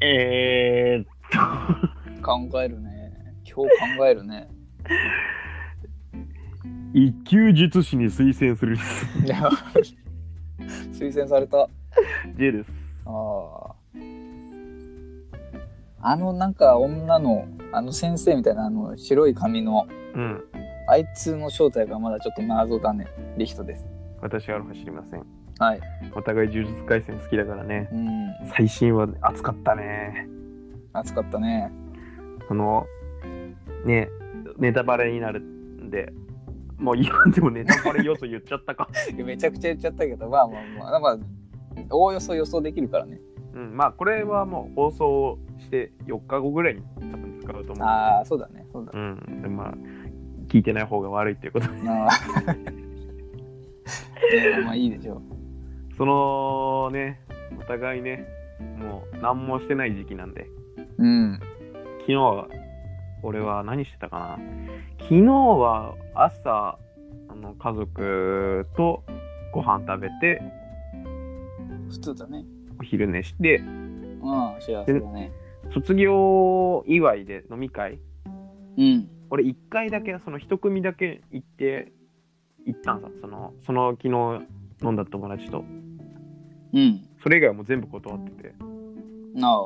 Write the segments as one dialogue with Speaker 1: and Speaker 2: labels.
Speaker 1: えーっと、
Speaker 2: 考えるね。今日考えるね。
Speaker 1: 一級術師に推薦するです。
Speaker 2: いや、 推薦された。
Speaker 1: J です。
Speaker 2: ああ。あの、なんか、女の、あの先生みたいな、あの、白い髪の、
Speaker 1: うん。
Speaker 2: あいつの正体がまだちょっと謎だね。リヒトです。
Speaker 1: 私はあの走りません。
Speaker 2: はい。
Speaker 1: お互い柔術回戦好きだからね。
Speaker 2: うん。
Speaker 1: 最新は熱かったね。
Speaker 2: 暑かったね。
Speaker 1: その、ね、ネタバレになるんで、もう言わんでもネタバレ要素言っちゃったか。
Speaker 2: めちゃくちゃ言っちゃったけど、まあまあまあ、まあ、おおよそ予想できるからね。
Speaker 1: うん、まあこれはもう放送して4日後ぐらいに多分使うと思う。
Speaker 2: ああ、そうだね。そうだね。
Speaker 1: うん。でまあ、聞いてない方が悪いっていうこと。
Speaker 2: ああえーまあいいでしょう。
Speaker 1: そのね、お互いね、もう何もしてない時期なんで、
Speaker 2: うん。
Speaker 1: 昨日は、俺は何してたかな昨日は朝、あの家族とご飯食べて、
Speaker 2: 普通だね。
Speaker 1: お昼寝して、
Speaker 2: うん、幸せだね。
Speaker 1: 卒業祝いで飲み会、
Speaker 2: うん。
Speaker 1: 俺1回だけ、その1組だけ行って、行ったんさ、その、その昨日飲んだ友達と。
Speaker 2: うん。
Speaker 1: それ以外はもう全部断ってて。
Speaker 2: なあ。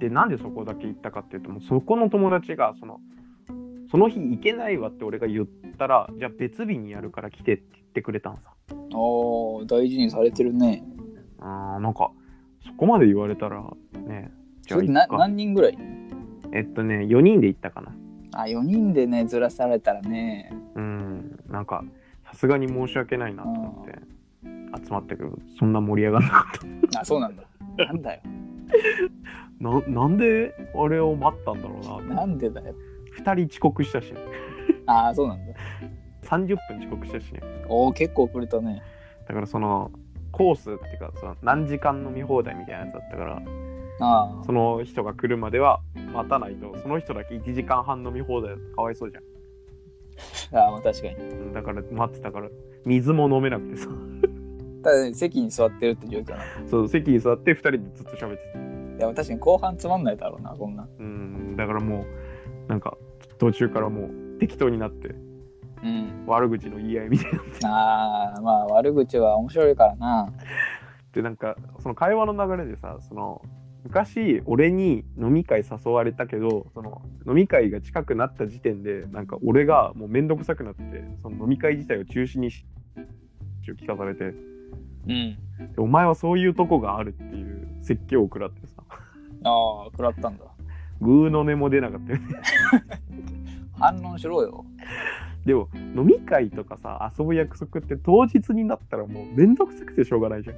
Speaker 1: でなんでそこだけ行ったかっていうともうそこの友達がそのその日行けないわって俺が言ったらじゃあ別日にやるから来てって言ってくれたんさ
Speaker 2: お大事にされてるね。
Speaker 1: あーなんかそこまで言われたらねじ
Speaker 2: そ
Speaker 1: ゃあ
Speaker 2: れでな
Speaker 1: 行くか
Speaker 2: 何人ぐらい
Speaker 1: えっとね4人で行ったかな
Speaker 2: あ、4人でね、ずらされたらね。
Speaker 1: うんなんかさすがに申し訳ないなと思って集まったけどそんな盛り上がらなかった
Speaker 2: あ、そうなんだ。なんだよ。
Speaker 1: ななんであれを待ったんだろうなって
Speaker 2: なんでだよ。
Speaker 1: 2人遅刻したしね
Speaker 2: ああ、そうなんだ。
Speaker 1: 30分遅刻したしね
Speaker 2: おお、結構遅れたね。
Speaker 1: だからそのコースっていうかその何時間飲み放題みたいなやつだったから
Speaker 2: あ
Speaker 1: その人が来るまでは待たないとその人だけ1時間半飲み放題だとかわいそうじゃん
Speaker 2: あ、ああまあ確かに。
Speaker 1: うんだから待ってたから水も飲めなくてさ
Speaker 2: ただ、ね、席に座ってるって状況なの。
Speaker 1: そう席に座って2人でずっと喋ってた
Speaker 2: いや、確かに後半つまんないだろうな、こんな。
Speaker 1: うんだからもうなんか途中からもう適当になって
Speaker 2: うん。
Speaker 1: 悪口の言い合いみたいになっ
Speaker 2: ああ、まあ悪口は面白いからな。
Speaker 1: てなんかその会話の流れでさその昔俺に飲み会誘われたけどその飲み会が近くなった時点でなんか俺がもう面倒くさくなってその飲み会自体を中止にしって聞かされて
Speaker 2: うん。
Speaker 1: でお前はそういうとこがあるっていう説教を食らってさ、
Speaker 2: ああ、食らったんだ。
Speaker 1: ぐうの音も出なかったよ ね。
Speaker 2: 反論しろよ。
Speaker 1: でも、飲み会とかさ、遊ぶ約束って当日になったらもうめんどくさくてしょうがないじゃ
Speaker 2: い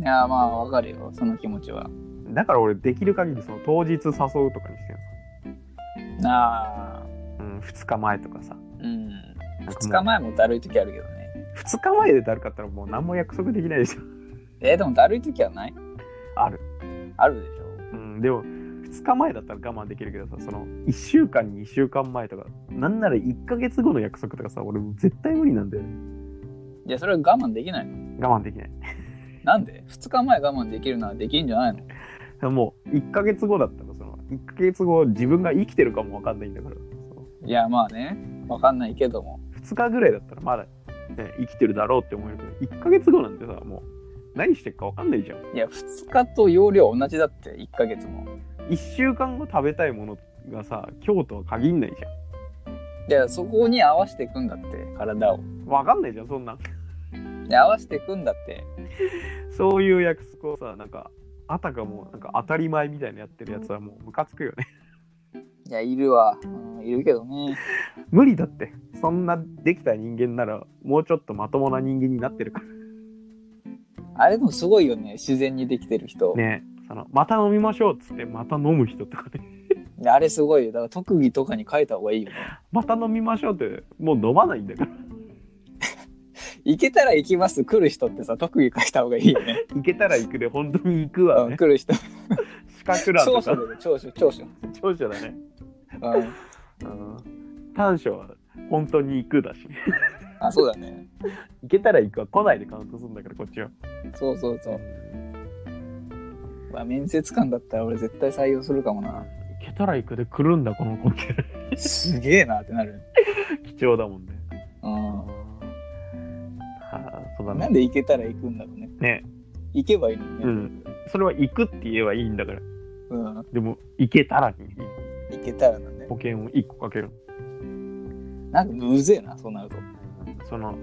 Speaker 2: や、まあわかるよ、その気持ちは。
Speaker 1: ん。だから俺、できる限りその当日誘うとかにしてる
Speaker 2: ああ、
Speaker 1: さ、うん、2日前とかさ。
Speaker 2: うん。
Speaker 1: なん
Speaker 2: 2
Speaker 1: か
Speaker 2: 日
Speaker 1: も
Speaker 2: 前もだるい時あるけどね。
Speaker 1: う2日前でだるかったらもう何も約束できないでしょ。
Speaker 2: えーでもだるい時はない
Speaker 1: ある。
Speaker 2: あるでしょ。
Speaker 1: うん、でも、2日前だったら我慢できるけどさ、その1週間に1週間前とか、なんなら1ヶ月後の約束とかさ、俺絶対無理なんだよね。
Speaker 2: じゃあそれは我慢できないの
Speaker 1: 我慢できない。
Speaker 2: なんで ?2 日前我慢できるならできんじゃないの
Speaker 1: もう1ヶ月後だったらその1ヶ月後自分が生きてるかも分かんないんだからそ
Speaker 2: いや、まあね、わかんないけども。
Speaker 1: の2日ぐらいだったらまだ、ね、生きてるだろうって思えるけど1ヶ月後なんてさもう何してるか分かんないじゃん
Speaker 2: いや、2日と容量同じだって、1ヶ月も。
Speaker 1: 1週間後食べたいものがさ今日とは限んないじゃ
Speaker 2: いや、そこに合わせていくんだって、体を。
Speaker 1: ん分かんないじゃんそんなん
Speaker 2: で合わせていくんだって。
Speaker 1: そういう約束をさなんかあたかもなんか当たり前みたいなやってるやつはもうムカつくよね
Speaker 2: いや、いるわ。うん、いるけどね。
Speaker 1: 無理だってそんなできた人間ならもうちょっとまともな人間になってるから
Speaker 2: あれでもすごいよね、自然にできてる人。
Speaker 1: ねそのまた飲みましょうっつってまた飲む人とかね
Speaker 2: であれすごいよ。だから特技とかに書いた方がいいよね。
Speaker 1: また飲みましょうってもう飲まないんだから
Speaker 2: 行けたら行きます、来る人ってさ、特技書いた方がいいよね。
Speaker 1: 行けたら行くで本当に行くわ
Speaker 2: うん、
Speaker 1: ね
Speaker 2: 来る人。
Speaker 1: 資格欄
Speaker 2: 長
Speaker 1: と
Speaker 2: 所
Speaker 1: か
Speaker 2: だよ、長所、長所。
Speaker 1: 長所だね
Speaker 2: うん。
Speaker 1: うん短所は本当に行くだし
Speaker 2: あ、そうだね。
Speaker 1: 行けたら行くは来ないでカウントするんだからこっちは
Speaker 2: そうそうそう。うわ面接官だったら俺絶対採用するかもな。
Speaker 1: 行けたら行くで来るんだこの子って
Speaker 2: すげえなってなる。
Speaker 1: 貴重だもんね
Speaker 2: うん。
Speaker 1: はあそうだ
Speaker 2: な
Speaker 1: ね
Speaker 2: んで行けたら行くんだろうね。
Speaker 1: ね
Speaker 2: 行けばいいのにね。
Speaker 1: うんそれは行くって言えばいいんだから
Speaker 2: うん。
Speaker 1: でも行けたらに
Speaker 2: 行けたらなんで。
Speaker 1: 保険を1個かける
Speaker 2: なんかむずえな、そうなると。
Speaker 1: その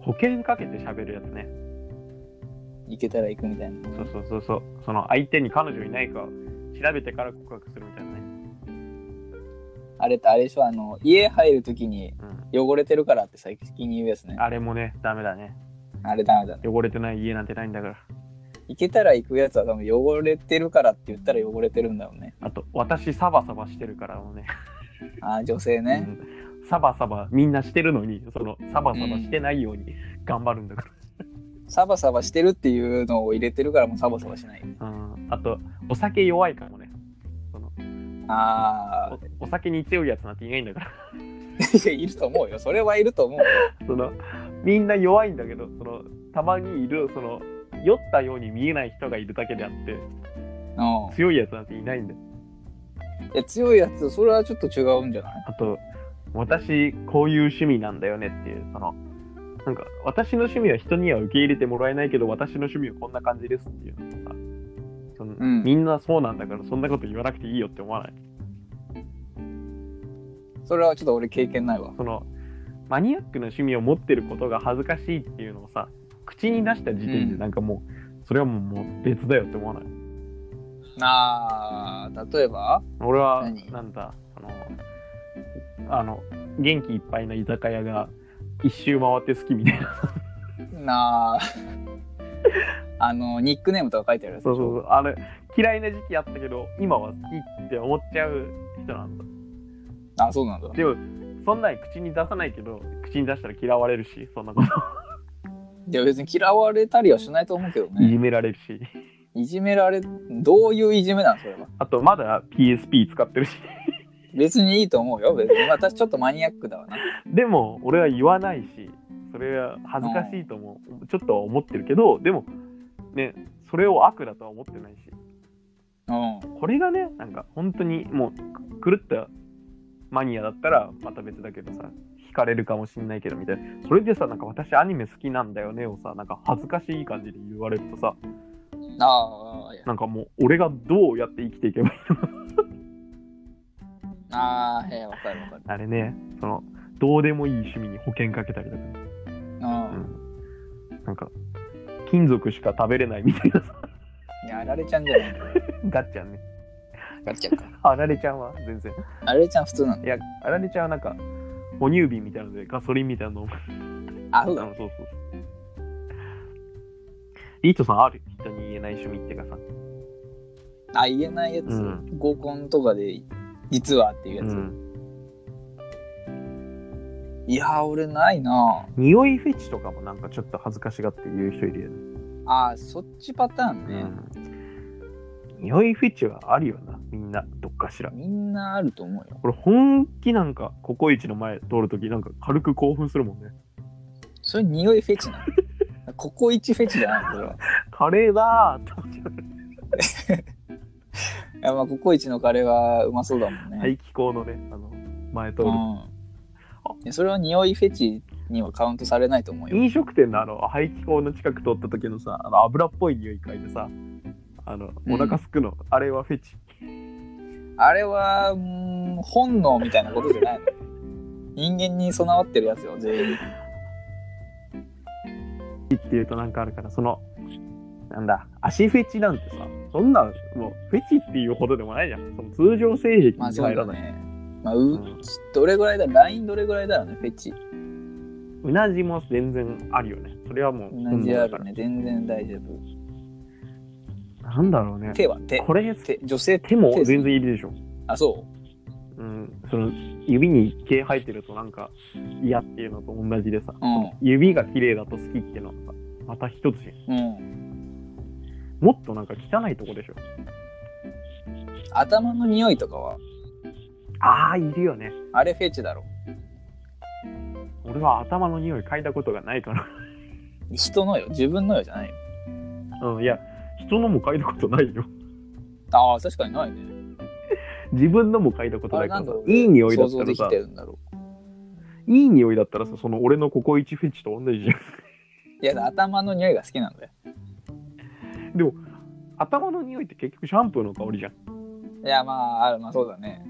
Speaker 1: 保険かけて喋るやつね
Speaker 2: 行けたら行くみたいな。
Speaker 1: そうそうそうそうその相手に彼女いないか調べてから告白するみたいなね、
Speaker 2: あれってあれでしょ、あの、家入るときに
Speaker 1: うん、
Speaker 2: 汚れてるからって最近言うやつね。
Speaker 1: あれもねダメだね
Speaker 2: あれダメだね。
Speaker 1: 汚れてない家なんてないんだから
Speaker 2: 行けたら行くやつは多分汚れてるからって言ったら汚れてるんだろうね。
Speaker 1: あと私サバサバしてるからもね
Speaker 2: ああ、女性ね。
Speaker 1: うんサバサバみんなしてるのにそのサバサバしてないように頑張るんだか
Speaker 2: サバサバしてるっていうのを入れてるからもうサバサバしないよね。
Speaker 1: ら、うんあとお酒弱いからもね
Speaker 2: ああ、
Speaker 1: おお酒に強いやつなんていないんだから
Speaker 2: いや、いると思うよ。それはいると思うよ。
Speaker 1: そのみんな弱いんだけどそのたまにいるその酔ったように見えない人がいるだけであって
Speaker 2: う
Speaker 1: 強いやつなんていないんだよ
Speaker 2: ん。いや、強いやつ、それはちょっと違うんじゃない
Speaker 1: あと私こういう趣味なんだよねっていうそのなんか私の趣味は人には受け入れてもらえないけど私の趣味はこんな感じですっていうのさその、
Speaker 2: うん
Speaker 1: みんなそうなんだからそんなこと言わなくていいよって思わない
Speaker 2: それはちょっと俺経験ないわ。
Speaker 1: そのマニアックな趣味を持ってることが恥ずかしいっていうのをさ口に出した時点で
Speaker 2: うん
Speaker 1: なんかもう、それはもうもう別だよって思わない
Speaker 2: ああ、例えば
Speaker 1: 俺は
Speaker 2: 何
Speaker 1: なんだあのあの元気いっぱいな居酒屋が一周回って好きみたいな
Speaker 2: なあ、 あの、ニックネームとか書いてあるやつ
Speaker 1: そう
Speaker 2: でし
Speaker 1: そうそ
Speaker 2: ょ。
Speaker 1: うあれ嫌いな時期あったけど今は好きって思っちゃう人なんだ
Speaker 2: あ、そうなんだ。
Speaker 1: でもそんなん口に出さないけど口に出したら嫌われるしそんなこと
Speaker 2: いや、別に嫌われたりはしないと思うけど
Speaker 1: い
Speaker 2: ね。
Speaker 1: じめられるし
Speaker 2: いじめられ、どういういじめなのそれは。
Speaker 1: あとまだ PSP 使ってるし
Speaker 2: 別にいいと思うよ。別に。私ちょっとマニアックだわな。
Speaker 1: でも俺は言わないしそれは恥ずかしいともちょっとは思ってるけどでもねそれを悪だとは思ってないし
Speaker 2: うん。
Speaker 1: これがねなんか本当にもう狂ったマニアだったらまた別だけどさ惹かれるかもしんないけどみたいなそれでさなんか私アニメ好きなんだよねをさなんか恥ずかしい感じで言われるとさ
Speaker 2: ああ、いや
Speaker 1: なんかもう俺がどうやって生きていけばいいの
Speaker 2: ああ、へえ、わかるわかる。
Speaker 1: あれねそのどうでもいい趣味に保険かけたりとか、
Speaker 2: うん。
Speaker 1: うん、なんか金属しか食べれないみたいなさ
Speaker 2: やられちゃうんじゃないの
Speaker 1: ガッチャンね
Speaker 2: ガッチャか。
Speaker 1: あられちゃんは全然。
Speaker 2: あれちゃん普通なの
Speaker 1: いや、あられちゃんはなんか、哺乳瓶みたいなのでガソリンみたいなのを飲む。
Speaker 2: あ、そう
Speaker 1: あ
Speaker 2: だ。
Speaker 1: のそうそうそう。リートさんある人に言えない趣味っていうかさ。
Speaker 2: あ、言えないやつ、
Speaker 1: うん
Speaker 2: 合コンとかで、実はっていうやつ。
Speaker 1: うん
Speaker 2: いやー、俺ないな
Speaker 1: 匂いフェチとかもなんかちょっと恥ずかしがって言う人いるよね。
Speaker 2: ああ、そっちパターンね。
Speaker 1: うん匂いフェチはあるよな、みんな、どっかしら。
Speaker 2: みんなあると思うよ。
Speaker 1: 俺、本気なんか、ココイチの前通るとき、なんか軽く興奮するもんね。
Speaker 2: それ匂いフェチなの ココイチフェチじゃないのそれは。
Speaker 1: カレーだーって思っちゃ
Speaker 2: いや、まあ、ココイチのカレーはうまそうだもんね。
Speaker 1: う。排気口のね、あの、前通
Speaker 2: う
Speaker 1: る
Speaker 2: ん。いやそれは匂いフェチにはカウントされないと思うよ。
Speaker 1: 飲食店のあの排気口の近く通った時のさあの油っぽい匂い嗅いでさあの
Speaker 2: うん
Speaker 1: お腹すくの、あれはフェチ
Speaker 2: あれは、うーん、本能みたいなことじゃないの。人間に備わってるやつよ、全員。
Speaker 1: っていうとなんかあるからそのなんだ足フェチなんてさそんなんもうフェチっていうほどでもないじゃんその通常性癖に
Speaker 2: まあ、そう
Speaker 1: 入ら
Speaker 2: だ
Speaker 1: ない、
Speaker 2: ね。まあ、
Speaker 1: う
Speaker 2: うんどれぐらいだ ?LINE どれぐらいだろうね、フェチ。
Speaker 1: うなじも全然あるよねそれはもう
Speaker 2: 同じあ
Speaker 1: だから
Speaker 2: るね。全然大丈夫。
Speaker 1: なんだろうね
Speaker 2: 手は手。
Speaker 1: これ
Speaker 2: 手女性手
Speaker 1: 手も全然いるでしょ
Speaker 2: あ、そ
Speaker 1: うん、その指に毛生えてるとなんか嫌っていうのと同じでさ、
Speaker 2: うん
Speaker 1: 指が綺麗だと好きっていうのはさまた一つじゃん
Speaker 2: う。うん。
Speaker 1: もっとなんか汚いとこでしょ。
Speaker 2: 頭の匂いとかは、
Speaker 1: ああ、いるよね。
Speaker 2: あれフェチだろ。
Speaker 1: 俺は頭の匂い嗅いだことがないから。
Speaker 2: 人のよ。自分のよじゃないよ。
Speaker 1: うん、いや、人のも書いたことないよ。
Speaker 2: ああ、確かにないね。
Speaker 1: 自分のも書いたこと
Speaker 2: あ
Speaker 1: な
Speaker 2: れ
Speaker 1: いか
Speaker 2: な
Speaker 1: ら
Speaker 2: んで
Speaker 1: さ、いい匂いだ
Speaker 2: 想
Speaker 1: った
Speaker 2: 像
Speaker 1: ら
Speaker 2: でき
Speaker 1: さ
Speaker 2: て、るんだろ
Speaker 1: いい匂いだったらさ、その俺のココイチフェチと同じじゃん。
Speaker 2: う。いや、頭の匂いが好きなんだよ。
Speaker 1: 頭の匂いって結局シャンプーの香りじゃん。
Speaker 2: いや、まあ、あるまあそうだね。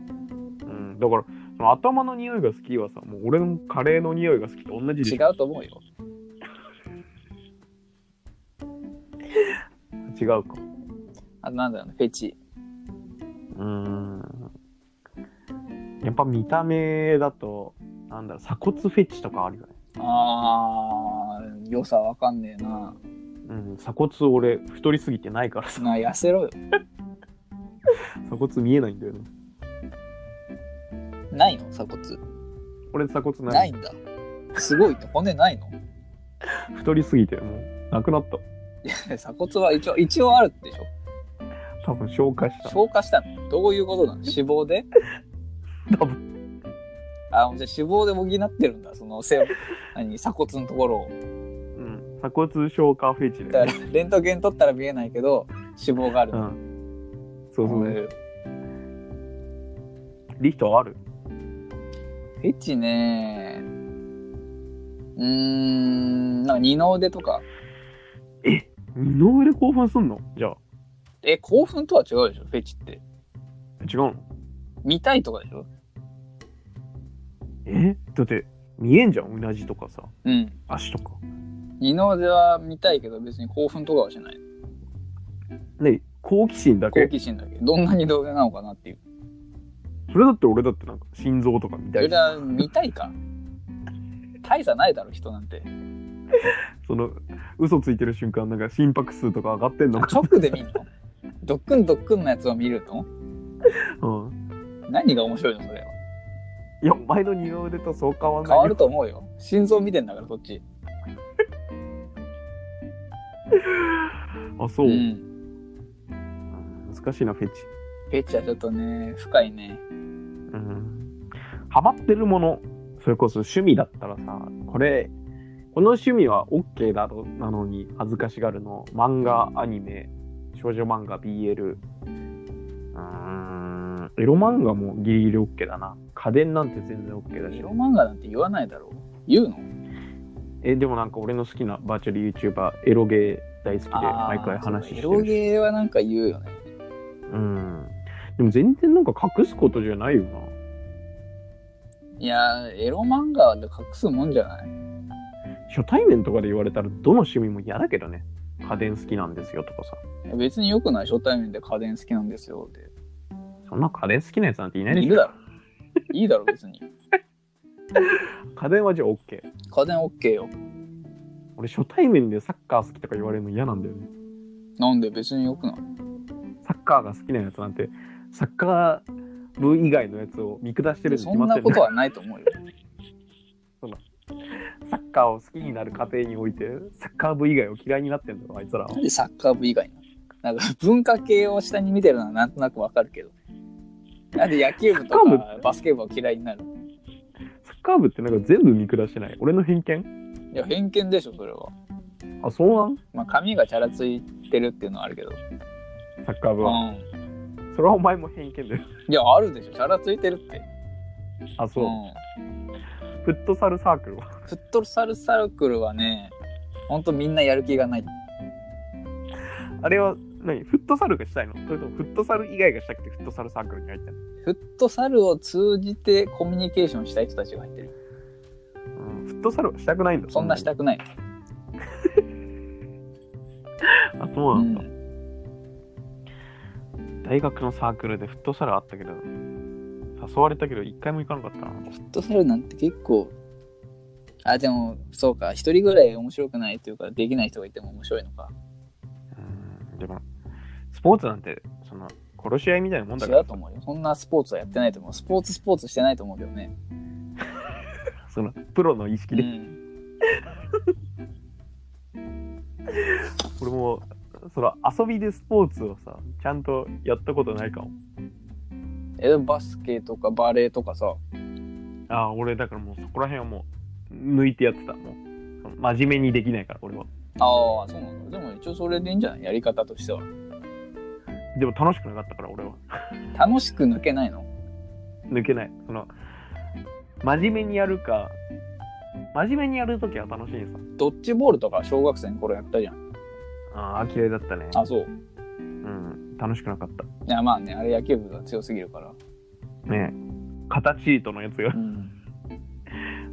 Speaker 1: うん、だから、その頭の匂いが好きはさ、もう俺のカレーの匂いが好きと同じで
Speaker 2: 違
Speaker 1: しょ
Speaker 2: うと思うよ。
Speaker 1: 違うか。
Speaker 2: あとなんだろうね、フェチ。
Speaker 1: うーん。やっぱ見た目だと、なんだろう、鎖骨フェチとかあるよね。
Speaker 2: ああ、良さわかんねえな。
Speaker 1: うん、鎖骨俺太りすぎてないからさ
Speaker 2: なあ、痩せろよ。
Speaker 1: 鎖骨見えないんだよね
Speaker 2: ないの鎖骨。
Speaker 1: 俺鎖骨な
Speaker 2: ないいんだ。すごいって骨ないの
Speaker 1: 太りすぎてもうなくなった
Speaker 2: 鎖骨は一応、一応あるでしょ
Speaker 1: 多分消化した
Speaker 2: 消化したのどういうことなの脂肪で
Speaker 1: 多分
Speaker 2: あじゃあ脂肪で補ってるんだそのせ何鎖骨のところを
Speaker 1: うん鎖骨消化フェチだよ
Speaker 2: だ か
Speaker 1: ね
Speaker 2: らレントゲン取ったら見えないけど脂肪がある、
Speaker 1: うんそうそううんね
Speaker 2: フ
Speaker 1: リヒトある
Speaker 2: ェチねうーんなんか二の腕とか
Speaker 1: 二の腕興奮すんのじゃあ
Speaker 2: え興奮とは違うでしょフェチって
Speaker 1: 違うの
Speaker 2: 見たいとかでしょ
Speaker 1: えだって見えんじゃんうなじとかさ
Speaker 2: うん
Speaker 1: 足とか
Speaker 2: 二の腕は見たいけど別に興奮とかはしない
Speaker 1: ね好奇心だ
Speaker 2: 好
Speaker 1: け
Speaker 2: 奇心だけどんな二の腕なのかなっていう
Speaker 1: それだって俺だってなんか心臓とか見
Speaker 2: そ
Speaker 1: た
Speaker 2: れ
Speaker 1: い
Speaker 2: は見たいか大差ないだろ人なんて
Speaker 1: その嘘ついてる瞬間なんか心拍数とか上がってんのか、
Speaker 2: 直で見んのドックンドックンのやつを見るの
Speaker 1: うん、
Speaker 2: 何が面白いのそれはい
Speaker 1: や、前の二の腕とそう変わんない
Speaker 2: 変
Speaker 1: よ。
Speaker 2: わると思うよ心臓見てんだからこっち
Speaker 1: あ、そう、
Speaker 2: ん、
Speaker 1: 難しいな、フェチ。
Speaker 2: フェチはちょっとね深いね
Speaker 1: うん。ハマってるもの、それこそ趣味だったらさ、これ、この趣味は OK だとなのに恥ずかしがるの。漫画、アニメ、少女漫画、BL。うーん。エロ漫画もギリギリ OK だな。家電なんて全然 OK だし
Speaker 2: エロ。漫画なんて言わないだろう言うの
Speaker 1: え、でもなんか俺の好きなバーチャル YouTuber、エロゲー大好きで
Speaker 2: あー
Speaker 1: 毎回話してるし。
Speaker 2: エロゲーはなんか言うよね
Speaker 1: うん。でも全然なんか隠すことじゃないよな。
Speaker 2: いやーエロ漫画は隠すもんじゃない
Speaker 1: 初対面とかで言われたらどの趣味も嫌だけどね家電好きなんですよとかさ
Speaker 2: 別によくない初対面で家電好きなんですよって
Speaker 1: そんな家電好きなやつなんていないで
Speaker 2: い
Speaker 1: し
Speaker 2: る
Speaker 1: ょ
Speaker 2: だろいいだろ別に
Speaker 1: 家電はじゃあ OK
Speaker 2: 家電 OK よ
Speaker 1: 俺初対面でサッカー好きとか言われるの嫌なんだよね
Speaker 2: なんで別によくない
Speaker 1: サッカーが好きなやつなんてサッカー部以外のやつを見下してるに
Speaker 2: そ
Speaker 1: 決
Speaker 2: ん
Speaker 1: まって
Speaker 2: な
Speaker 1: る
Speaker 2: こ
Speaker 1: ね
Speaker 2: とはないと思う よ
Speaker 1: サッカーを好きになる過程においてサッカー部以外を嫌いになってんだろあいつらは
Speaker 2: なんでサッカー部以外なのなんか文化系を下に見てるのはなんとなくわかるけど。なんで野球部と
Speaker 1: サッ
Speaker 2: かバスケ部は嫌いになる
Speaker 1: サッカー部ってなんか全部見下してない俺の偏見
Speaker 2: いや、偏見でしょ、それは。
Speaker 1: あそうなん
Speaker 2: まあ、髪がチャラついてるっていうのはあるけど。
Speaker 1: サッカー部
Speaker 2: う
Speaker 1: は、
Speaker 2: ん。
Speaker 1: それはお前も偏見だよ
Speaker 2: いや、あるでしょ、チャラついてるって。
Speaker 1: あそう、
Speaker 2: ん。
Speaker 1: フットサルサークルは
Speaker 2: フットサルサークルはね、ほんとみんなやる気がない。
Speaker 1: あれは何フットサルがしたいのそれともフットサル以外がしたくてフットサルサークルに入ったの
Speaker 2: フットサルを通じてコミュニケーションしたい人たちが入ってる。
Speaker 1: うんフットサルはしたくないんだ。
Speaker 2: そんなし
Speaker 1: く
Speaker 2: たくない。
Speaker 1: あ、そう
Speaker 2: う
Speaker 1: なんだ、
Speaker 2: ん。
Speaker 1: 大学のサークルでフットサルあったけど、誘われたけど、一回も行かなかったな。
Speaker 2: フットサルなんて結構あでもそうか一人ぐらい面白くないというかできない人がいても面白いのか
Speaker 1: うん、でも、スポーツなんて、その、殺し合いみたいなもんだ
Speaker 2: 違
Speaker 1: から
Speaker 2: うと思うよそんなスポーツはやってないと思うスポーツスポーツしてないと思うけどね、
Speaker 1: その、プロの意識
Speaker 2: う
Speaker 1: で、
Speaker 2: ん、
Speaker 1: 俺も、その、遊びでスポーツをさ、ちゃんとやったことないかも。
Speaker 2: えでもバスケとかバレーとかさ
Speaker 1: ああ、俺、だからもう、そこら辺はもう、抜いてやってた。もう、その真面目にできないから、俺は。
Speaker 2: ああ、そうなんだ。でも一応それでいいんじゃないやり方としては。
Speaker 1: でも楽しくなかったから俺は
Speaker 2: 楽しく抜けないの
Speaker 1: 抜けないその真面目にやるか真面目にやるときは楽しいさ
Speaker 2: ドッジボールとか小学生の頃やったじゃん。
Speaker 1: ああ嫌いだったね
Speaker 2: あ、そう。
Speaker 1: うん楽しくなかった
Speaker 2: いや、まあね、あれ野球部が強すぎるから。
Speaker 1: ねえ片チートのやつよ
Speaker 2: うん。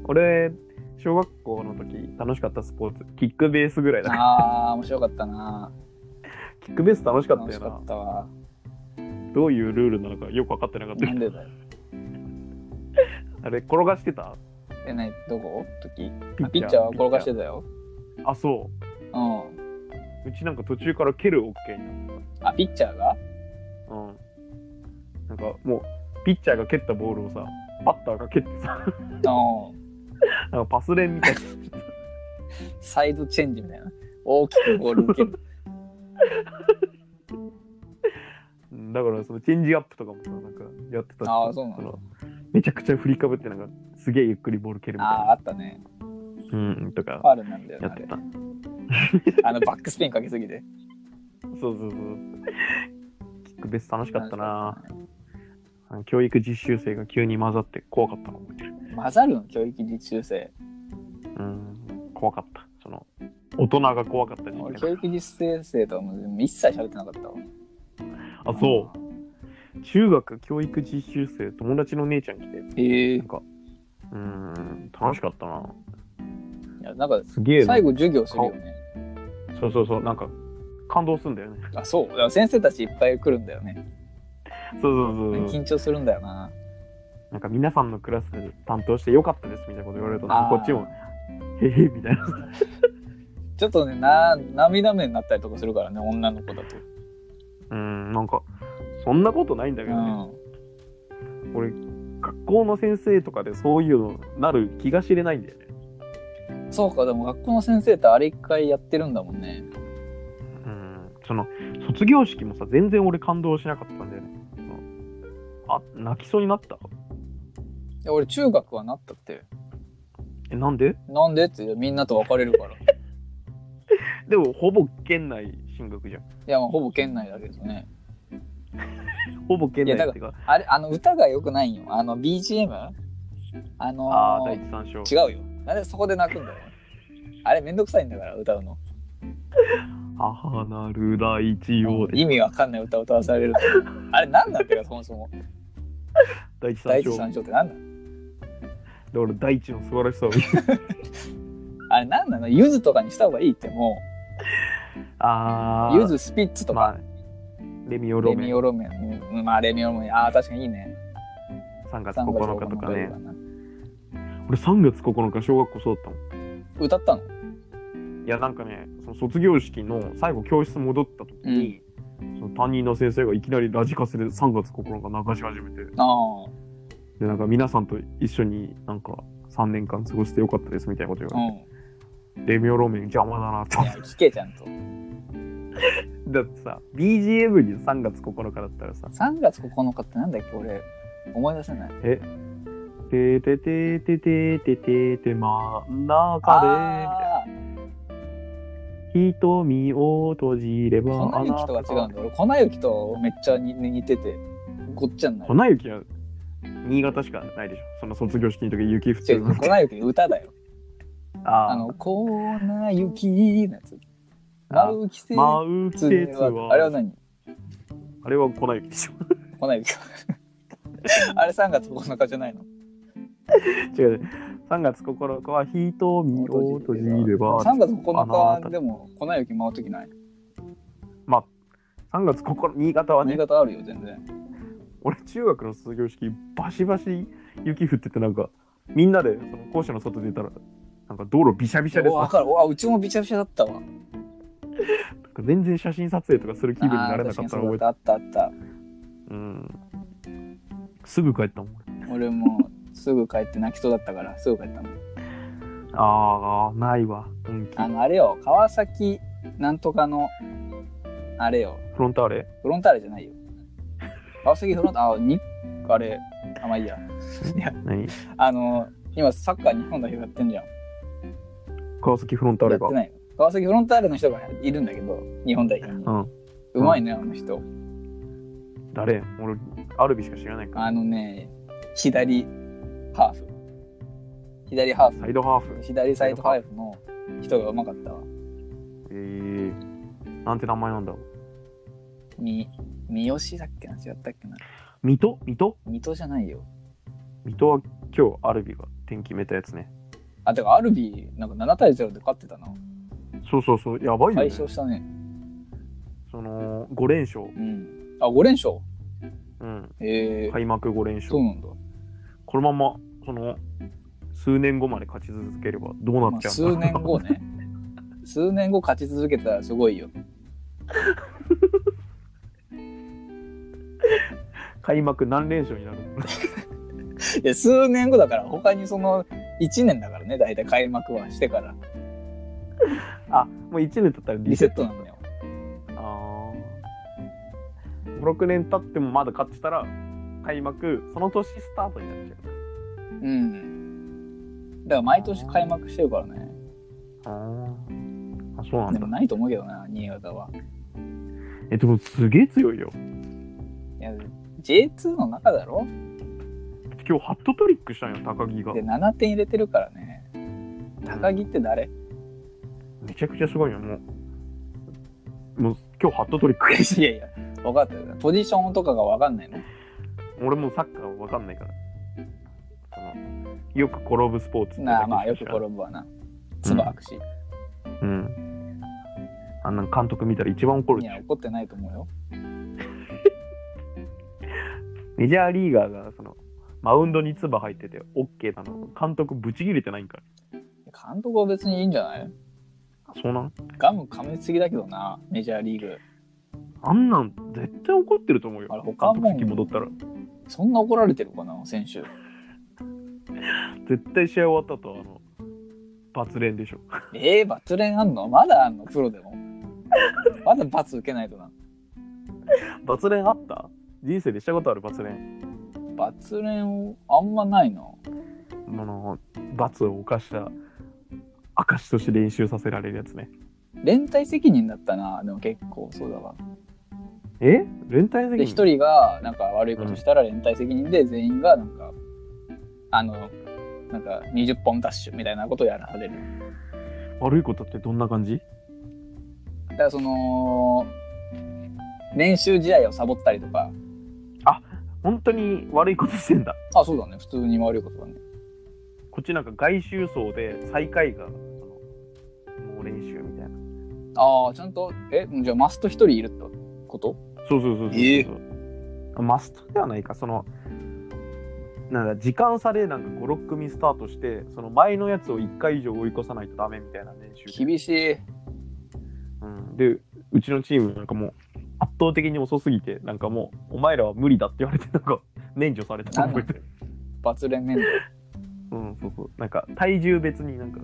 Speaker 1: 俺小学校の時楽しかったスポーツキックベースぐらいだから
Speaker 2: ああ、面白かったな。
Speaker 1: キックベース楽しかっ
Speaker 2: 楽
Speaker 1: た
Speaker 2: し
Speaker 1: よ
Speaker 2: か
Speaker 1: な
Speaker 2: ったわ。
Speaker 1: どういうルールなのかよく分かってなかった
Speaker 2: な
Speaker 1: け
Speaker 2: ん
Speaker 1: ど
Speaker 2: でだよ。
Speaker 1: あれ転がしてた
Speaker 2: え、なに、どこ時
Speaker 1: ピ
Speaker 2: あピッチャーは転がしてたよ。
Speaker 1: あそ
Speaker 2: うん。
Speaker 1: ううちなんか途中から蹴る OK になっ
Speaker 2: あ、ピッチャ ーが
Speaker 1: たうんなんかもうピッチャーが蹴ったボールをさバッターが蹴ってさ
Speaker 2: うん。
Speaker 1: なんかパス練みたいな
Speaker 2: サイドチェンジみたいな。大きくボール受け る。
Speaker 1: うんだからそのチェンジアップとかもさなんかやってたし
Speaker 2: あーそうなんだ
Speaker 1: のめちゃくちゃ振りかぶってなんかすげえゆっくりボール蹴るみたい
Speaker 2: ああ、あ
Speaker 1: な
Speaker 2: ったね。
Speaker 1: うんと
Speaker 2: フ
Speaker 1: か
Speaker 2: ァールなんだよ
Speaker 1: や
Speaker 2: な、
Speaker 1: っ
Speaker 2: あ
Speaker 1: て
Speaker 2: れ
Speaker 1: た。
Speaker 2: あの、バックスピンかけすぎて。
Speaker 1: そうそうそう。キックベース楽しかったな。あの教育実習生が急に混ざって怖かったの覚えてる。
Speaker 2: 混ざるの教育実習生。
Speaker 1: うん、怖かった。その、大人が怖かった時
Speaker 2: 俺、
Speaker 1: 期
Speaker 2: 教育実習生とはもう一切喋ってなかったわ。
Speaker 1: あ、そう。中学教育実習生、友達の姉ちゃん来て、
Speaker 2: う。ええ
Speaker 1: なんか、うん、楽しかったな。
Speaker 2: いや、なんか、
Speaker 1: すげえな
Speaker 2: 最。後授業するよね。
Speaker 1: そうそうそう、なんか、感動すんだよね。
Speaker 2: あ、そう。だから先生たちいっぱい来るんだよね。
Speaker 1: そうそうそう。
Speaker 2: 緊張するんだよな。
Speaker 1: なんか、皆さんのクラスで担当してよかったですみたいなこと言われると、なんかこっちも、
Speaker 2: あ
Speaker 1: へへ、みたいな。
Speaker 2: ー。ちょっとね、な、涙目になったりとかするからね、女の子だと。
Speaker 1: うん、なんか、そんなことないんだけ
Speaker 2: う
Speaker 1: どね。
Speaker 2: ん。
Speaker 1: 俺学校の先生とかでそういうのなる気が知れないんだよね
Speaker 2: そうか、でも学校の先生ってあれ一回やってるんだもんね。
Speaker 1: うんその卒業式もさ全然俺感動しなかったんだよねそのあ泣きそうになった
Speaker 2: いや俺、中学はなったって。
Speaker 1: えなんで
Speaker 2: なんでって、みんなと別れるから。い
Speaker 1: でもほぼ県内進学じゃん
Speaker 2: や、まあ、ほぼ県内だけどね。
Speaker 1: ほぼ県内っていうか
Speaker 2: あれ、あの、歌が良くないんよ。あの、BGM? あのー
Speaker 1: ああー第一三章
Speaker 2: 違うよ。なんでそこで泣くんだよ。あれ、めんどくさいんだから、歌うの。
Speaker 1: 母なる第一王で
Speaker 2: 意味わかんない歌を歌わさ れるの。あれ、なんなんてか、そもそも。
Speaker 1: 第一
Speaker 2: 第
Speaker 1: 三
Speaker 2: 一
Speaker 1: 章だか
Speaker 2: 三章ってなんなん
Speaker 1: ら第一の素晴らしさを
Speaker 2: あれなんなのゆずとかにした方がいいっても
Speaker 1: あ
Speaker 2: う、ゆ
Speaker 1: あ
Speaker 2: ずスピッツと
Speaker 1: ま
Speaker 2: か、
Speaker 1: あレミオロ
Speaker 2: レ
Speaker 1: メ
Speaker 2: ミ
Speaker 1: ン
Speaker 2: オロメン、うんまあレミオロメン、ああ、確かにいいね。
Speaker 1: 3月
Speaker 2: 3月
Speaker 1: 9日
Speaker 2: 9
Speaker 1: と
Speaker 2: 日
Speaker 1: か
Speaker 2: と
Speaker 1: ね
Speaker 2: かな。
Speaker 1: 俺3月9日小学校そうだったもん
Speaker 2: 歌ったの
Speaker 1: いやなんかねその卒業式の最後教室戻った時に、その担任の先生がいきなりラジカセで3月9日流し始めて
Speaker 2: あ
Speaker 1: でなんか皆さんと一緒になんか3年間過ごしてよかったですみたいなこと
Speaker 2: あ、う
Speaker 1: 言わ
Speaker 2: ん。
Speaker 1: れて、レミオロメン邪魔だなと
Speaker 2: いや、聞けちゃんと。
Speaker 1: だってさ BGM に3月9日だったらさ
Speaker 2: 3月9日ってなんだっけ俺、思い出せない。
Speaker 1: 「えてててててててて真ん中で」みたいな
Speaker 2: ああ、
Speaker 1: 「瞳を閉じれば
Speaker 2: 粉雪とは違うんだ。俺、粉雪とめっちゃに似てて、ごっちゃになる。
Speaker 1: 粉雪は新潟しかないでしょその卒業式の時雪降って
Speaker 2: 違
Speaker 1: る
Speaker 2: う、粉雪歌だよ。
Speaker 1: あー
Speaker 2: あの、粉雪のやつ。
Speaker 1: あ
Speaker 2: 舞う季節
Speaker 1: 舞う季節は
Speaker 2: は、あれは何
Speaker 1: あれは粉雪でしょ
Speaker 2: 粉雪か。あれ3月9日じゃないの
Speaker 1: 違う違う3月9日は瞳を閉じれば
Speaker 2: 3月9日でも粉雪回ってきない
Speaker 1: まあ3月9日新潟は
Speaker 2: 新
Speaker 1: ね
Speaker 2: 潟あるよ全然
Speaker 1: 俺中学の卒業式バシバシ雪降っててなんかみんなでその校舎の外出たらなんか道路ビシャビシャで
Speaker 2: おわ
Speaker 1: さ
Speaker 2: かるおあうちもびちゃびちゃだったわ
Speaker 1: なんか全然写真撮影とかする気分になれなかったら
Speaker 2: あ
Speaker 1: 覚
Speaker 2: ー確かにそう
Speaker 1: えて
Speaker 2: だったあったあっ
Speaker 1: うんすぐ帰ったもん
Speaker 2: た俺もすぐ帰って泣きそうだったからすぐ帰ったの
Speaker 1: ああないわ本気
Speaker 2: あのあれよ川崎なんとかのあれよ
Speaker 1: フロンターレ
Speaker 2: フロンターレじゃないよ川崎フロンターレあにあれあまあいいや
Speaker 1: 何
Speaker 2: あの今サッカー日本代表やってんじゃん
Speaker 1: 川崎フロンター
Speaker 2: や
Speaker 1: レ
Speaker 2: っ
Speaker 1: が
Speaker 2: てないの川崎フロンターレの人がいるんだけど、日本代表に。
Speaker 1: うん
Speaker 2: うまいね、あの人。
Speaker 1: 誰俺、アルビしか知らないから。
Speaker 2: あのね、左ハーフ。左ハー
Speaker 1: サイドハーフ
Speaker 2: フ。。左サイドハーフの人がうまかったわ。
Speaker 1: えー、なんて名前なんだろう。
Speaker 2: み、三好だっけな違ったっけな
Speaker 1: 水戸水戸
Speaker 2: 水戸じゃないよ。
Speaker 1: 水戸は今日アルビが点決めたやつね。
Speaker 2: あ、てかアルビー、なんか7対0で勝ってたな。
Speaker 1: そうそうそう、やばいよ、
Speaker 2: 快
Speaker 1: ね。
Speaker 2: 勝したね。
Speaker 1: その5連勝、
Speaker 2: うん。あ、5連勝
Speaker 1: うん、
Speaker 2: えー、
Speaker 1: 開幕5連
Speaker 2: そ
Speaker 1: 勝
Speaker 2: う、なんだ。
Speaker 1: このままその数年後まで勝ち続ければどうな
Speaker 2: ま
Speaker 1: っ
Speaker 2: あ
Speaker 1: ちゃう
Speaker 2: 数
Speaker 1: んだ
Speaker 2: 年後ね。 数年後勝ち続けたらすごいよ。
Speaker 1: 開幕何連勝になるの
Speaker 2: いや、数年後だから、他にその1年だからね、大体開幕はしてから。
Speaker 1: あもう1年経ったらリ
Speaker 2: リ
Speaker 1: セ
Speaker 2: セ
Speaker 1: ッ
Speaker 2: ットなんだよ。
Speaker 1: トあ56年経ってもまだ勝ってたら開幕その年スタートになっち
Speaker 2: うん。だから毎年開幕してるからね。
Speaker 1: ゃうああそうなん
Speaker 2: で
Speaker 1: だ
Speaker 2: もないと思うけどな、新潟は。
Speaker 1: えでもすげえ強いよ
Speaker 2: いや、J2 の中だろ
Speaker 1: 今日ハットトリックしたんよ高木が
Speaker 2: で、7点入れてるからね。高木って誰
Speaker 1: めちゃくちゃすごいよもうもう今日ハットトリック
Speaker 2: いやいや、分かったよ。ポジションとかが分かんないの。
Speaker 1: 俺もサッカーわかんないから。そのよく転ぶスポーツってだけ
Speaker 2: なあ、まあ、よく転
Speaker 1: ぶ。
Speaker 2: ぶわな。つば吐くし。
Speaker 1: うん。あんなん監督見たら一番怒る
Speaker 2: い。や、怒ってないと思うよ。
Speaker 1: メジャーリーガーがそのマウンドに唾入ってて OK なの。監督ぶち切れてないんから。
Speaker 2: 監督は別にいいんじゃない
Speaker 1: そうなん
Speaker 2: ガム噛みすぎだけどな、メジャーリーグ。
Speaker 1: あんなん絶対怒ってると思うよ。
Speaker 2: あれ
Speaker 1: 監
Speaker 2: 他も
Speaker 1: 督席戻ったら。
Speaker 2: そんな怒られてるかな、選手。
Speaker 1: 絶対試合終わったとあの、罰練でしょ。
Speaker 2: ええー、罰連あんのまだあんのプロでも。まだ罰受けないとな。
Speaker 1: 罰練あった人生でしたことある罰練。
Speaker 2: 罰連をあんまないな。
Speaker 1: あの、罰を犯した証として練習させられるやつね。
Speaker 2: 連帯責任だったな、でも結構そうだわ。
Speaker 1: え連帯責
Speaker 2: で、
Speaker 1: 任
Speaker 2: 一人がなんか悪いことしたら連帯責任で、全員がなんか、あの、なんか20本ダッシュみたいなことをやらされる。
Speaker 1: 悪いことってどんな感じ
Speaker 2: だからその、練習試合をサボったりとか、
Speaker 1: 本当に悪いことしてんだ
Speaker 2: あ、そうだね、普通に悪いことだね。
Speaker 1: こっちなんか外周走で最下位がその猛練習みたいな
Speaker 2: ああ、ちゃんと、え、じゃあマスト一人いるってこと
Speaker 1: そうそうそうそうそう、
Speaker 2: ええ
Speaker 1: あマストではないかそのなんだ時間差でなんか56組スタートしてその前のやつを1回以上追い越さないとダメみたいな練習、
Speaker 2: 厳しい。
Speaker 1: うん、でうちのチームなんかもう圧倒的に遅すぎてなんかもうお前らは無理だって言われてなんか免除されたの覚えてる
Speaker 2: 罰連面で。
Speaker 1: うん、そうそう。なんか、体重別になんか、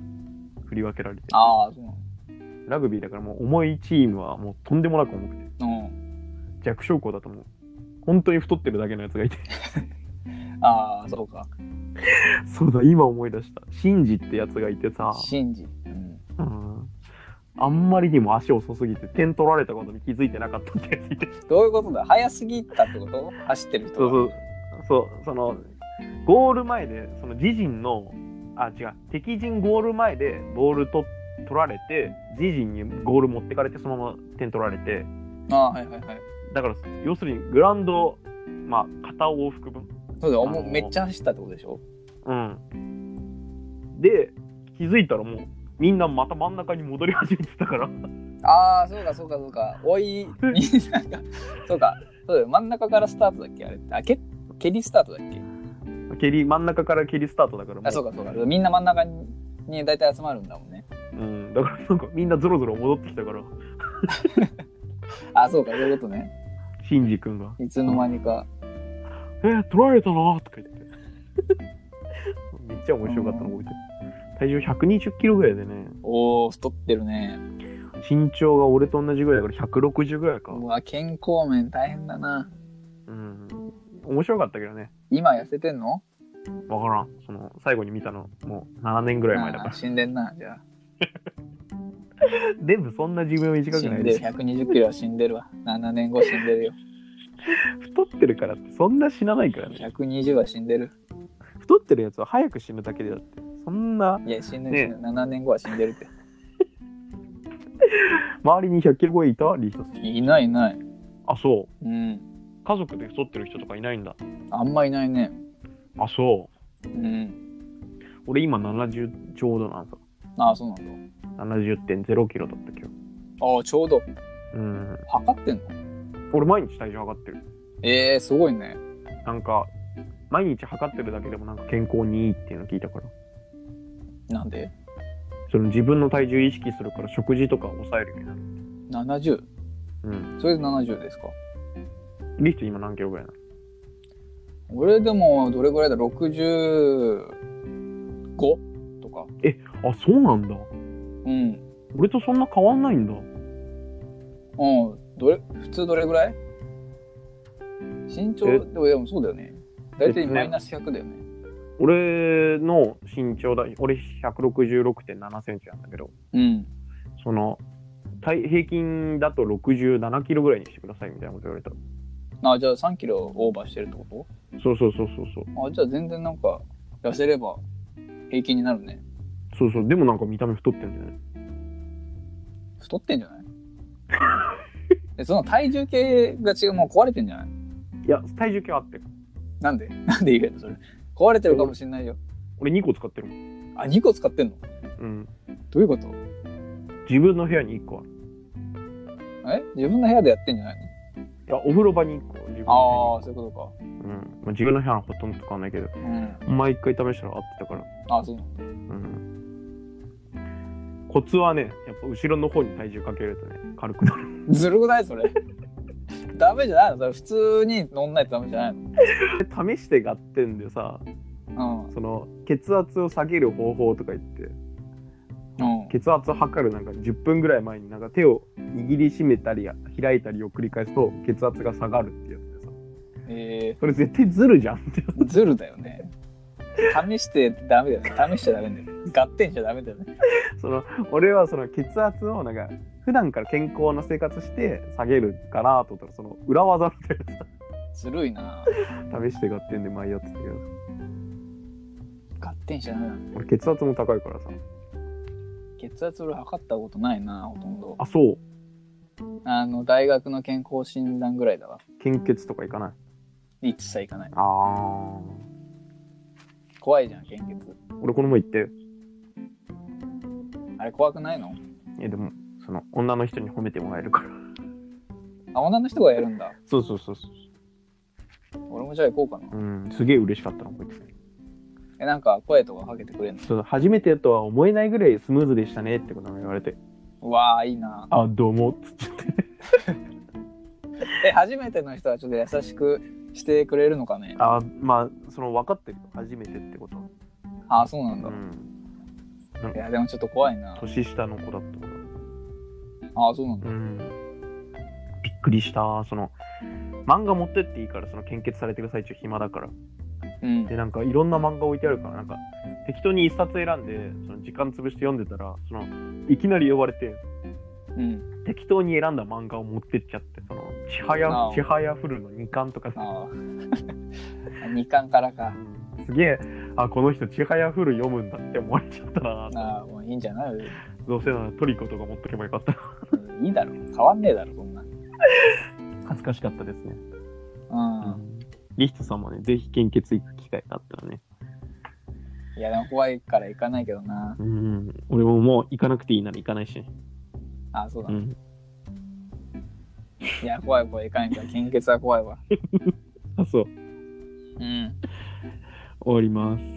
Speaker 1: 振り分けられて。
Speaker 2: ああ、そうな
Speaker 1: ラグビーだからもう重いチームはもうとんでもなく重くて、
Speaker 2: の。うん。
Speaker 1: 弱小校だともう、本当に太ってるだけのやつがいて。
Speaker 2: ああ、そうか。
Speaker 1: そうだ、今思い出した。シンジってやつがいてさ、
Speaker 2: シンジ。うん。
Speaker 1: うん。あんまりにも足遅すぎて、点取られたことに気づいてなかったってやついて。
Speaker 2: どういうことだ早すぎたってこと走ってる人
Speaker 1: そう
Speaker 2: が。
Speaker 1: そう。そう、その、ゴール前で、その自陣の、あ、違う、敵陣ゴール前でボールと取られて、自陣にゴール持ってかれて、そのまま点取られて、
Speaker 2: ああ、はいはいはい。
Speaker 1: だから要するにグラウンド、まあ、片往復分、
Speaker 2: そうだよ、も
Speaker 1: あ
Speaker 2: う
Speaker 1: のー
Speaker 2: めっちゃ走ったってことでしょ
Speaker 1: うん、で気づいたらもうみんなまた真ん中に戻り始めてたから
Speaker 2: ああ、そうかそうかそうか。おい、に、なんか、そうか。そうだよ、真ん中からスタートだっけあれって。あ、蹴、蹴りスタートだっけ
Speaker 1: 蹴り真ん中から蹴りスタートだからも
Speaker 2: あ、そうかそうか。みんな真ん中に、に大体集まるんだもんね。
Speaker 1: うん、だからなんかみんなぞろぞろ戻ってきたから
Speaker 2: あ、そうか、そういうことね。
Speaker 1: シンジ君が
Speaker 2: いつの間にか。
Speaker 1: 「えー、取られたな」とか言って めっちゃ面白かったの覚えてる体重120キロぐらいでね
Speaker 2: おお太ってるね
Speaker 1: 身長が俺と同じぐらいだから160ぐらいか
Speaker 2: うわ健康面大変だな
Speaker 1: うん面白かったけどね
Speaker 2: 今痩せてんの
Speaker 1: わからんその最後に見たのもう7年ぐらい前だから
Speaker 2: あー死んでんなじゃあ
Speaker 1: デブそんな寿命短
Speaker 2: 死
Speaker 1: くなんい
Speaker 2: で
Speaker 1: で
Speaker 2: る。
Speaker 1: しょ
Speaker 2: 120キロは死んでるわ。7年後死んでるよ。
Speaker 1: 太ってるからってそんな死なないからね
Speaker 2: 120は死んでる。
Speaker 1: 太ってるやつは早く死ぬだけでだってそんない
Speaker 2: や、死ぬ、
Speaker 1: ね
Speaker 2: 死ぬ。7年後は死んでるって。
Speaker 1: 周りに100キロ超えいたリヒトさん
Speaker 2: いないいない。
Speaker 1: あそ
Speaker 2: うん。
Speaker 1: う家族で太ってる人とかいないんだ
Speaker 2: あんまいないね。
Speaker 1: あそう
Speaker 2: うん。
Speaker 1: 俺今70ちょうどなんさ
Speaker 2: ああ、そうなんだ。
Speaker 1: 70.0キロだった今日
Speaker 2: ああ、ちょうど。
Speaker 1: うん
Speaker 2: 測ってんの
Speaker 1: 俺毎日体重上がってる
Speaker 2: ええー、すごいね。
Speaker 1: なんか毎日測ってるだけでもなんか健康にいいっていうの聞いたから
Speaker 2: なんで
Speaker 1: その自分の体重意識するから食事とかを抑えるようになる
Speaker 2: ?70?
Speaker 1: うん
Speaker 2: それで70ですか
Speaker 1: リヒト今何キロぐらいなの
Speaker 2: 俺でもどれぐらいだ ?65 とか。
Speaker 1: あそうなんだ
Speaker 2: うん。
Speaker 1: 俺とそんな変わんないんだ
Speaker 2: うん。どれ、普通どれぐらい身長、
Speaker 1: え
Speaker 2: でもでもそうだよね。大体
Speaker 1: えっとね
Speaker 2: マイナス100だよね。
Speaker 1: 俺の身長だ俺166.7センチなんだけど
Speaker 2: うん。
Speaker 1: その体平均だと67キロぐらいにしてくださいみたいなこと言われた
Speaker 2: あ、じゃあ3キロオーバーしてるってこ
Speaker 1: そうそうそうそうそう
Speaker 2: とあ、じゃあ全然なんか、痩せれば平均になるね。
Speaker 1: そうそうでもなんか見た目太ってるんだよね
Speaker 2: 太ってんじ ゃないえその体重計が違う、もう壊れてんじゃない
Speaker 1: いや体重計はあってる
Speaker 2: なんで なんで言えんのそれ。壊れてるかもしんないよ。
Speaker 1: 俺2個使ってるもん、
Speaker 2: あ、2個使ってんの
Speaker 1: うん、
Speaker 2: どういうこと
Speaker 1: 自分の部屋に1個ある
Speaker 2: え自分の部屋でやってんじゃないの
Speaker 1: いやお風呂場に1個自分
Speaker 2: あ
Speaker 1: の
Speaker 2: あ、そういうこ
Speaker 1: 部屋に一個うんまあ、自分の部屋はほとんど使わないけど
Speaker 2: とか。うん。
Speaker 1: 毎回試したら合ってたから
Speaker 2: ああ、そうなんだ。
Speaker 1: うんコツはねやっぱ後ろの方に体重かけるとね軽くなる
Speaker 2: ずるくないそれ。 ダメじゃないのそれ普通に飲んないとダメじゃない
Speaker 1: 試してがってんでさ
Speaker 2: の
Speaker 1: その血圧を下げる方法とか言って
Speaker 2: うん。うん。
Speaker 1: 血圧を測るなんか10分ぐらい前になんか手を握りしめたり開いたりを繰り返すと血圧が下がるっていうやつでさ
Speaker 2: え
Speaker 1: それ絶対ずるじゃんって
Speaker 2: ー、ずるだよね。試してダメだよね。試しちゃダメだよね。合点しちゃダメだよね。
Speaker 1: その俺はその血圧をなんか普段から健康な生活して下げるかなと思ったらその裏技みたいな
Speaker 2: ずるいな
Speaker 1: さ試してがってんで前やってたけど
Speaker 2: 合点しちゃダメだね。
Speaker 1: 俺血圧も高いからさ
Speaker 2: 血圧俺測ったことないなほとんど。
Speaker 1: あそう
Speaker 2: あの、大学の健康診断ぐらいだわ。
Speaker 1: 献血とかいかない
Speaker 2: 一切行かない。
Speaker 1: ああ
Speaker 2: 怖いじゃん、献血。
Speaker 1: 俺この前行って
Speaker 2: あれ怖くないの
Speaker 1: えでもその女の人に褒めてもらえるから
Speaker 2: あ、女の人がやるんだ。
Speaker 1: そうそうそうそ
Speaker 2: 俺もじゃあ行こうかな。
Speaker 1: ううんすげえ嬉しかったのこいつ
Speaker 2: え、なんか声とかかけてくれんの
Speaker 1: そう初めてとは思えないぐらいスムーズでしたねってことも言われて
Speaker 2: うわあ、いいな
Speaker 1: あどうもっつって
Speaker 2: え初めての人はちょっと優しくしてくれるのかね
Speaker 1: あまあその分かってるよ初めてってこと
Speaker 2: あそうなんだ、
Speaker 1: う
Speaker 2: い
Speaker 1: ん
Speaker 2: やでもちょっと怖いなあ
Speaker 1: 年下の子だったから
Speaker 2: そうなんだ
Speaker 1: うんびっくりしたその漫画持ってっていいからその献血されてる最中暇だから
Speaker 2: うん
Speaker 1: でなんかいろんな漫画置いてあるからなんか適当に一冊選んでその時間潰して読んでたらそのいきなり呼ばれて
Speaker 2: うん
Speaker 1: 適当に選んだ漫画を持ってっちゃってその「ちはや
Speaker 2: ああ
Speaker 1: ちはやふる」の2巻とかさ
Speaker 2: あ あ二巻からか
Speaker 1: すげえあこの人「ちはやふる」読むんだって思われちゃったな
Speaker 2: ああもういいんじゃない、
Speaker 1: どうせならトリコとか持っとけばよかった
Speaker 2: うんいいだろ変わんねえだろそんな
Speaker 1: 恥ずかしかったですね、
Speaker 2: う
Speaker 1: リヒトさんもねぜひ献血行く機会があったらね
Speaker 2: んいやでも怖いから行かないけどな
Speaker 1: うん俺ももう行かなくていいなら行かないし、
Speaker 2: ああそうだ、
Speaker 1: うん、
Speaker 2: いや怖い怖い行かないから献血は怖いわ
Speaker 1: あそう
Speaker 2: うん
Speaker 1: 終わります